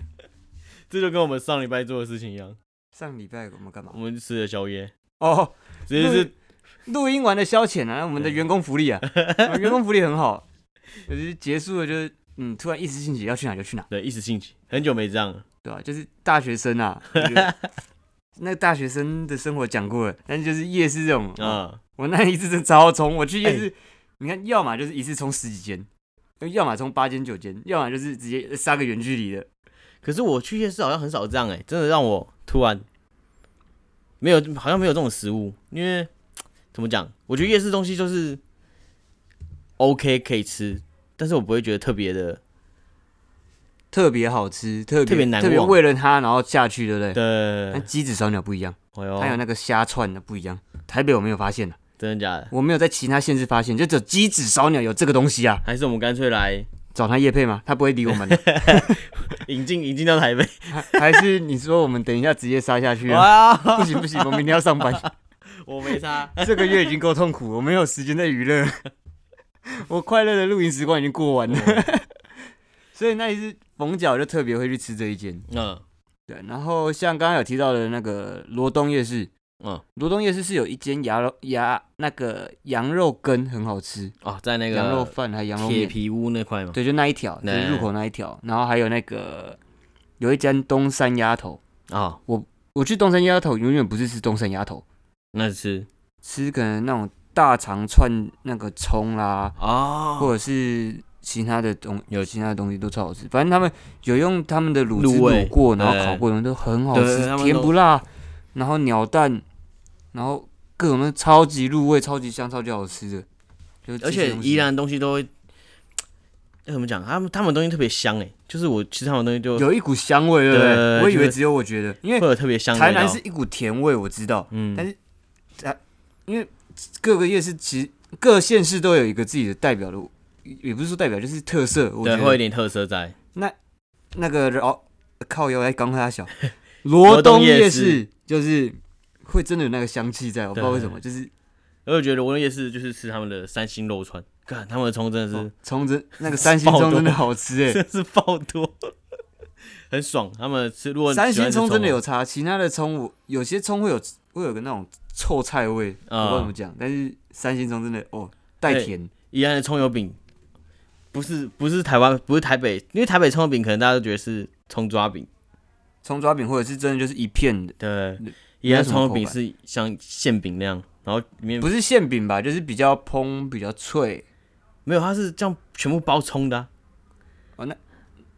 这就跟我们上礼拜做的事情一样，上礼拜我们干嘛我？们去吃了宵夜，哦，直接是录音完的消遣啊，我们的员工福利 啊，我们员工福利很好，就是结束了就是嗯，突然一时兴起要去哪就去哪，对一时兴起，很久没这样了，对吧、就是大学生啊，那个 那个大学生的生活讲过了，但是就是夜市这种，啊，嗯，我那一次真的超冲，我去夜市，你看，要么就是一次冲十几间。要么冲八间九间，要么就是直接杀个远距离的，可是我去夜市好像很少这样哎、真的让我突然没有，好像没有这种食物，因为怎么讲，我觉得夜市东西就是 OK 可以吃，但是我不会觉得特别的，特别好吃，特别特别难忘特别为了它然后下去，对不对？哦但对，鸡子烧鸟不一样，哎呦哎还，有那个虾串的不一样。台北我没有发现的，真的假的？我没有在其他县市发现，就只有鸡子烧鸟有这个东西啊。还是我们干脆来找他叶配吗？他不会理我们 的。引进引进到台北？还还是你说我们等一下直接杀下去啊？哇，不行不行，我明天要上班， 我没差， 这个月已经够痛苦，我没有时间再娱 乐，我快乐的露营时光已经过完了。 所以那一次逢甲我就特别会去吃这一间。嗯对，然后像刚刚有提到的那个罗东夜市，嗯，罗东夜市是有一间羊肉羊那个羊肉羹很好吃，哦，在那羊肉个饭还羊肉铁面，皮屋那块嘛，对，就那一条，就是对入口那一条。然后还有那个有一间东山鸭头，哦，我去东山鸭头永远不是吃东山鸭头，那是吃可能那种大肠串那个葱啦，哦，或者是其他的东有其他的东西都超好吃。反正他们有用他们的卤汁卤味卤过，然后对烤过的东西都很好对吃他，们甜都不辣，然后鸟蛋，然后各种的超级入味、超级香、超级好吃的。就是而这些且东西宜兰东西都会，要怎么讲？他们他们东西特别香哎、就是我吃他们东西就有一股香味，对不对对？我以就为是只有我觉得，因为会有特别香的台味道。南是一股甜味，我知道，嗯，但是各个夜市其实各县市都有一个自己的代表的，也不是说代表，就是特色。我觉对，会有得一点特色在。哦哎 那个饶靠腰来刚快他小罗东东夜夜市市就是会真的有那个香气在，我不知道为什么，就是我就觉得我那夜市就是吃他们的三星肉串，看他们的葱真的 哦是、葱真那个三星葱真的好吃 哎、真是爆多，很爽。他们吃如果你三喜欢星吃葱真的啊有差，其他的葱我有些葱会有会有个那种臭菜味，啊我不知道怎么讲，但是三星葱真的哦带甜，宜兰的葱油饼，不是不是台湾不是台北，因为台北葱油饼可能大家都觉得是葱抓饼，葱抓饼或者是真的就是一片的，对那，宜兰葱油饼是像馅饼那样，然后里面不是馅饼吧，就是比较蓬比较脆，没有，它是这样全部包葱的啊、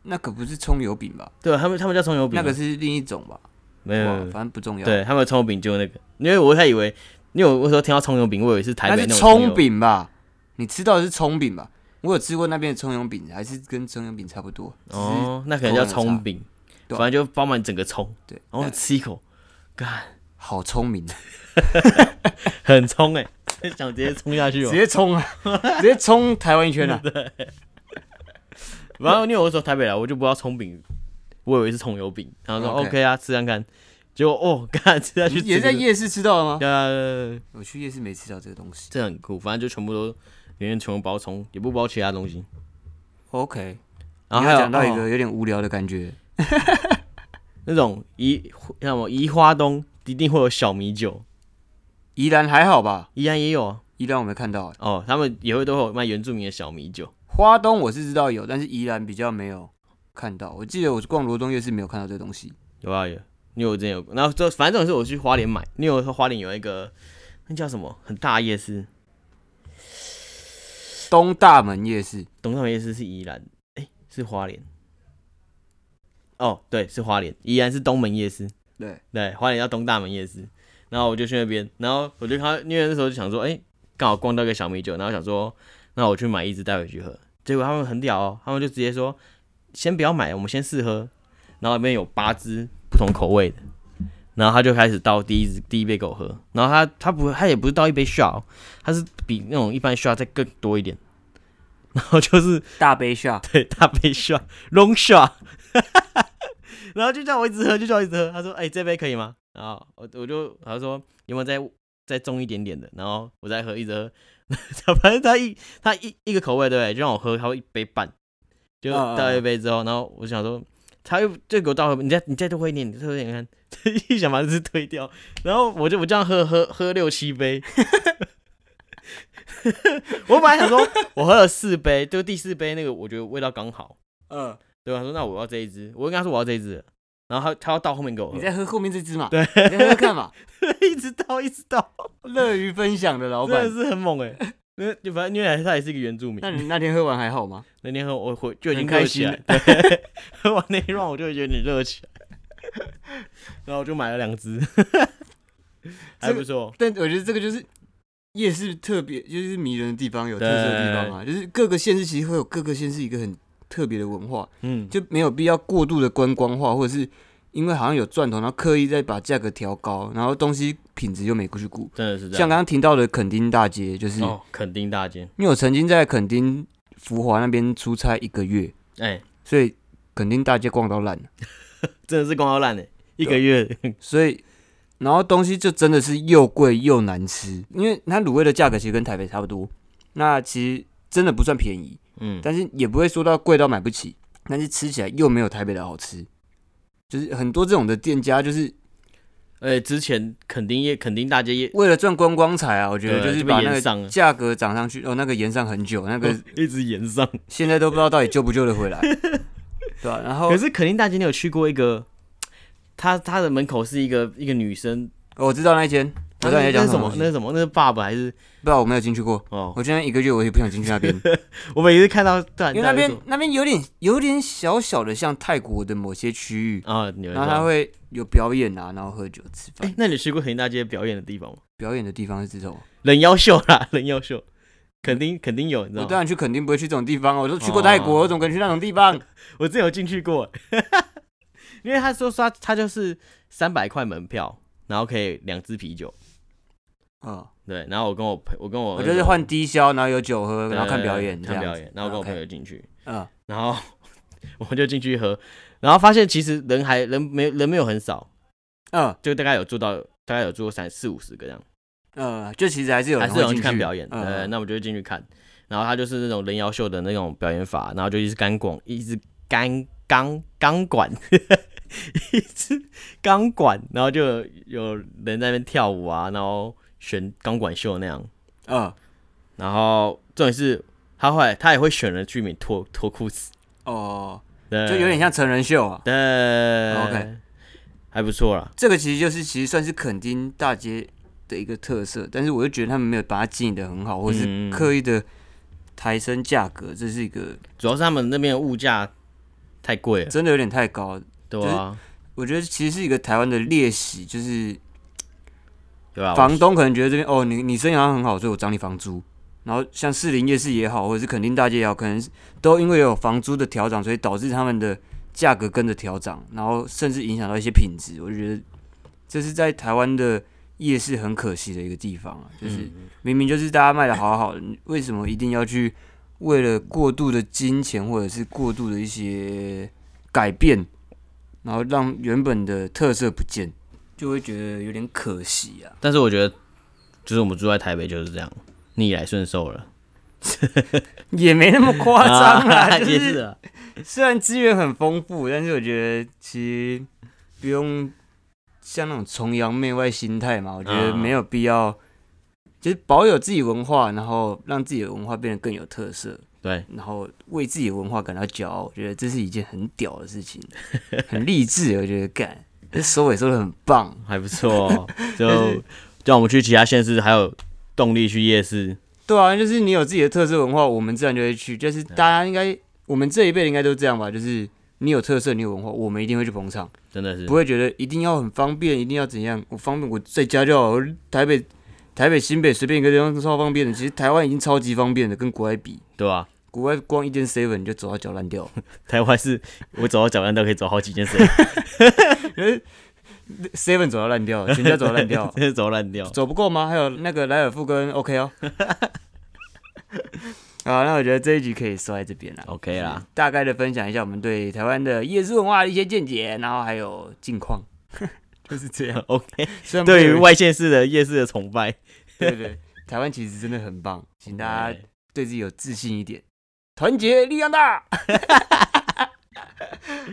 那可不是葱油饼吧？对，他们他们叫葱油饼啊、那个是另一种吧？没有没哇有，没有反正不重要。，对他们的葱油饼就那个，因为我还以为，因为我我说听到葱油饼，我以为是台那北是那种葱葱油饼，饼吧？你吃到的是葱饼吧？我有吃过那边的葱油饼，还是跟葱油饼差不多。哦，哦，那可能叫葱饼，对啊反正就包满整个葱，对，然后吃一口，干，好聪明 啊，很葱哎、想直接冲下去哦直。接冲啊， 直接冲台湾一 圈啊！然后因为我说台北来，我就不知道葱饼，我以为是葱油饼，然后说 OK OK 啊，吃看看，结果哦，干吃下去你也在整个，夜市吃到了吗？ 对啊对对对我去夜市没吃到这个东西。这很酷，反正就全部都里面全部包葱，也不包其他东西。 OK，然后你要还有讲到一哦个有点无聊的感觉，那种宜那什么宜花东一定会有小米酒，宜兰还好吧？宜兰也有啊。宜兰我没看到欸，哦，他们也会都会有卖原住民的小米酒。花东我是知道有，但是宜兰比较没有看到。我记得我逛罗东夜市没有看到这个东西。有啊有，因为我之前有，然后这反正这种是我去花莲买，因为我说花莲有一个那叫什么很大夜市，东大门夜市，东上夜市是宜兰，哎、是花莲。哦，对，是花莲，宜兰是东门夜市，对，对，花莲叫东大门夜市。然后我就去那边，然后我就看到，因为那时候就想说，哎、刚好逛到一个小米酒，然后想说，那我去买一支带回去喝。结果他们很屌哦，他们就直接说，先不要买，我们先试喝。然后里面有八支不同口味的，然后他就开始倒第一支第一杯给我喝。然后他他不他也不是倒一杯 shot，哦他是比那种一般 shot 再更多一点。然后就是大杯下，对，大杯 shot long shot，然后就叫我一直喝，就叫我一直喝。他说：“哎、这杯可以吗？”然后我我就他说有没有再再重一点点的，然后我再喝，一直喝。 反正他一他一一个口味对不对？就让我喝，他会一杯半，就嗯嗯倒一嗯杯之后，然后我想说。他又就给我倒喝，你再你再多喝一点，你再多喝一点看，一想把这支推掉，然后我就我这样喝喝喝六七杯， 我本来想说我喝了四杯，就第四杯那个我觉得味道刚好，嗯，对吧？他说那我要这一支，我跟他说我要这一支，然后他他要倒后面给我喝你，在喝后面这支嘛？哦对，你在喝看嘛？ 一直倒一直倒，乐于分享的老真板的，是很猛哎、因为就反正因为他也是一个原住民，那你那天喝完还好吗？那天喝我回就已经很开热起心来，对，喝完那一 round 我就会觉得你热起来，然后我就买了两支，还不错，但我觉得这个就是夜市特别，就是迷人的地方，有特色的地方嘛，就是各个县市其实会有各个县市一个很特别的文化，嗯，就没有必要过度的观光化，或者是因为好像有赚头，然后刻意再把价格调高，然后东西品质又没过去顾。真的是这像样。刚刚提到的垦丁大街，就是因哦，垦丁大街，为我曾经在垦丁福华那边出差一个月，哎、所以垦丁大街逛到烂了，真的是光要烂哎，一个月， 所以。然后东西就真的是又贵又难吃，因为它卤味的价格其实跟台北差不多，那其实真的不算便宜，嗯，但是也不会说到贵到买不起，但是吃起来又没有台北的好吃，就是很多这种的店家就是而且哎之前垦丁夜垦丁大街夜，为了赚观光财啊，我觉得对就是就被把那延上了嗯个价格涨上去，哦，那个延上很久，那个一直延上。现在都不知道到底救不救得回 来，对吧、然后可是垦丁大街，你有去过一个？他他的门口是一个一个女生，哦我知道那一间，我知道那你在那讲是什么么东？西，那是什么？那是爸爸还是不知道我没有进去过，哦？我今天一个月我也不想进去那边，我每次看到，对啊，因为那你边知道那边有点有点小小的像泰国的某些区域，啊，你们然后他说，会有表演啊，然后喝酒吃饭哎，，那你去过垦丁大街表演的地方吗？表演的地方是这种，人妖秀啦， 人妖秀，肯定肯定有，你知我道当吗？然去肯定不会去这种地方，啊我都去过泰哦国，我怎么可能去那种地 方？我自己有进去过， 因为他说说他他就是三百块门票，然后可以两支啤酒，嗯，对，然后我跟我朋我跟我我就是换低消，然后有酒喝，然后看表演，对这看样表子演，然后跟我 OK 朋友进去，嗯。 然后我就进去喝，然后发现其实人还人没人没有很少，嗯就大概有做到，大概有做三四五十个这样，呃，就其实还是有还人是有会进人去看表演。嗯呃，那我就会进去看，然后他就是那种人妖秀的那种表演法，然后就一直干广，一直干钢钢管， 一直钢管，然后就有有人在那边跳舞啊，然后选钢管秀那样。嗯然后重点是，他后来他也会选人居民脱脱裤子，哦，对就有点像成人秀啊。对 OK 还不错啦。这个其实就是其实算是垦丁大街的一个特色，但是我就觉得他们没有把它经营的很好，或者是嗯刻意的抬升价格，这是一个主要是他们那边的物价太贵了，真的有点太高。对啊，我觉得其实是一个台湾的劣习，就是对吧？房东可能觉得这边哦，你你生意好像很好，所以我涨你房租。然后像士林夜市也好，或者是垦丁大街也好，可能是都因为有房租的调涨，所以导致他们的价格跟着调涨，然后甚至影响到一些品质。我就觉得这是在台湾的夜市很可惜的一个地方啊，就是嗯明明就是大家卖的好好的，你为什么一定要去为了过度的金钱或者是过度的一些改变，然后让原本的特色不见，就会觉得有点可惜啊。但是我觉得，就是我们住在台北就是这样，逆来顺受了， 也没那么 夸张啦，就也是是啊，虽然资源很丰富，但是我觉得其实不用像那种崇洋媚外心态嘛，我觉得嗯没有必要，就是保有自己文化，然后让自己的文化变得更有特色，对，然后为自己的文化感到骄傲，我觉得这是一件很屌的事情，很励志，我觉得干，这收尾收的很棒，还不错哦，就叫我们去其他县市，还有动力去夜市，对啊，就是你有自己的特色文化，我们自然就会去。就是大家应该，我们这一辈应该都这样吧？就是你有特色，你有文化，我们一定会去捧场，真的是不会觉得一定要很方便，一定要怎样。我方便，我在家就好。我台北、台北、新北随便一个地方都超方便的。其实台湾已经超级方便的，跟国外比，对吧？国外光一间 seven 你就走到脚烂掉。台湾是我走到脚腕都可以走好几件事，，seven 走到烂掉，全家走到烂掉 真的走烂掉。走不够吗？还有那个莱尔富跟 OK 哦。好，那我觉得这一局可以收在这边了。 OK 啦，大概的分享一下我们对台湾的夜市文化的一些见解，然后还有近况， 就是这 样。 ，OK。虽然不对于有外县市的夜市的崇拜，对对对，台湾其实真的很棒，请大家对自己有自信一点，团结力量 大。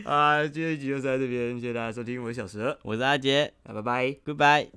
啊，这一集就在这边，谢谢大家收听，我是小蛇，我是阿杰那拜拜。 ，Goodbye。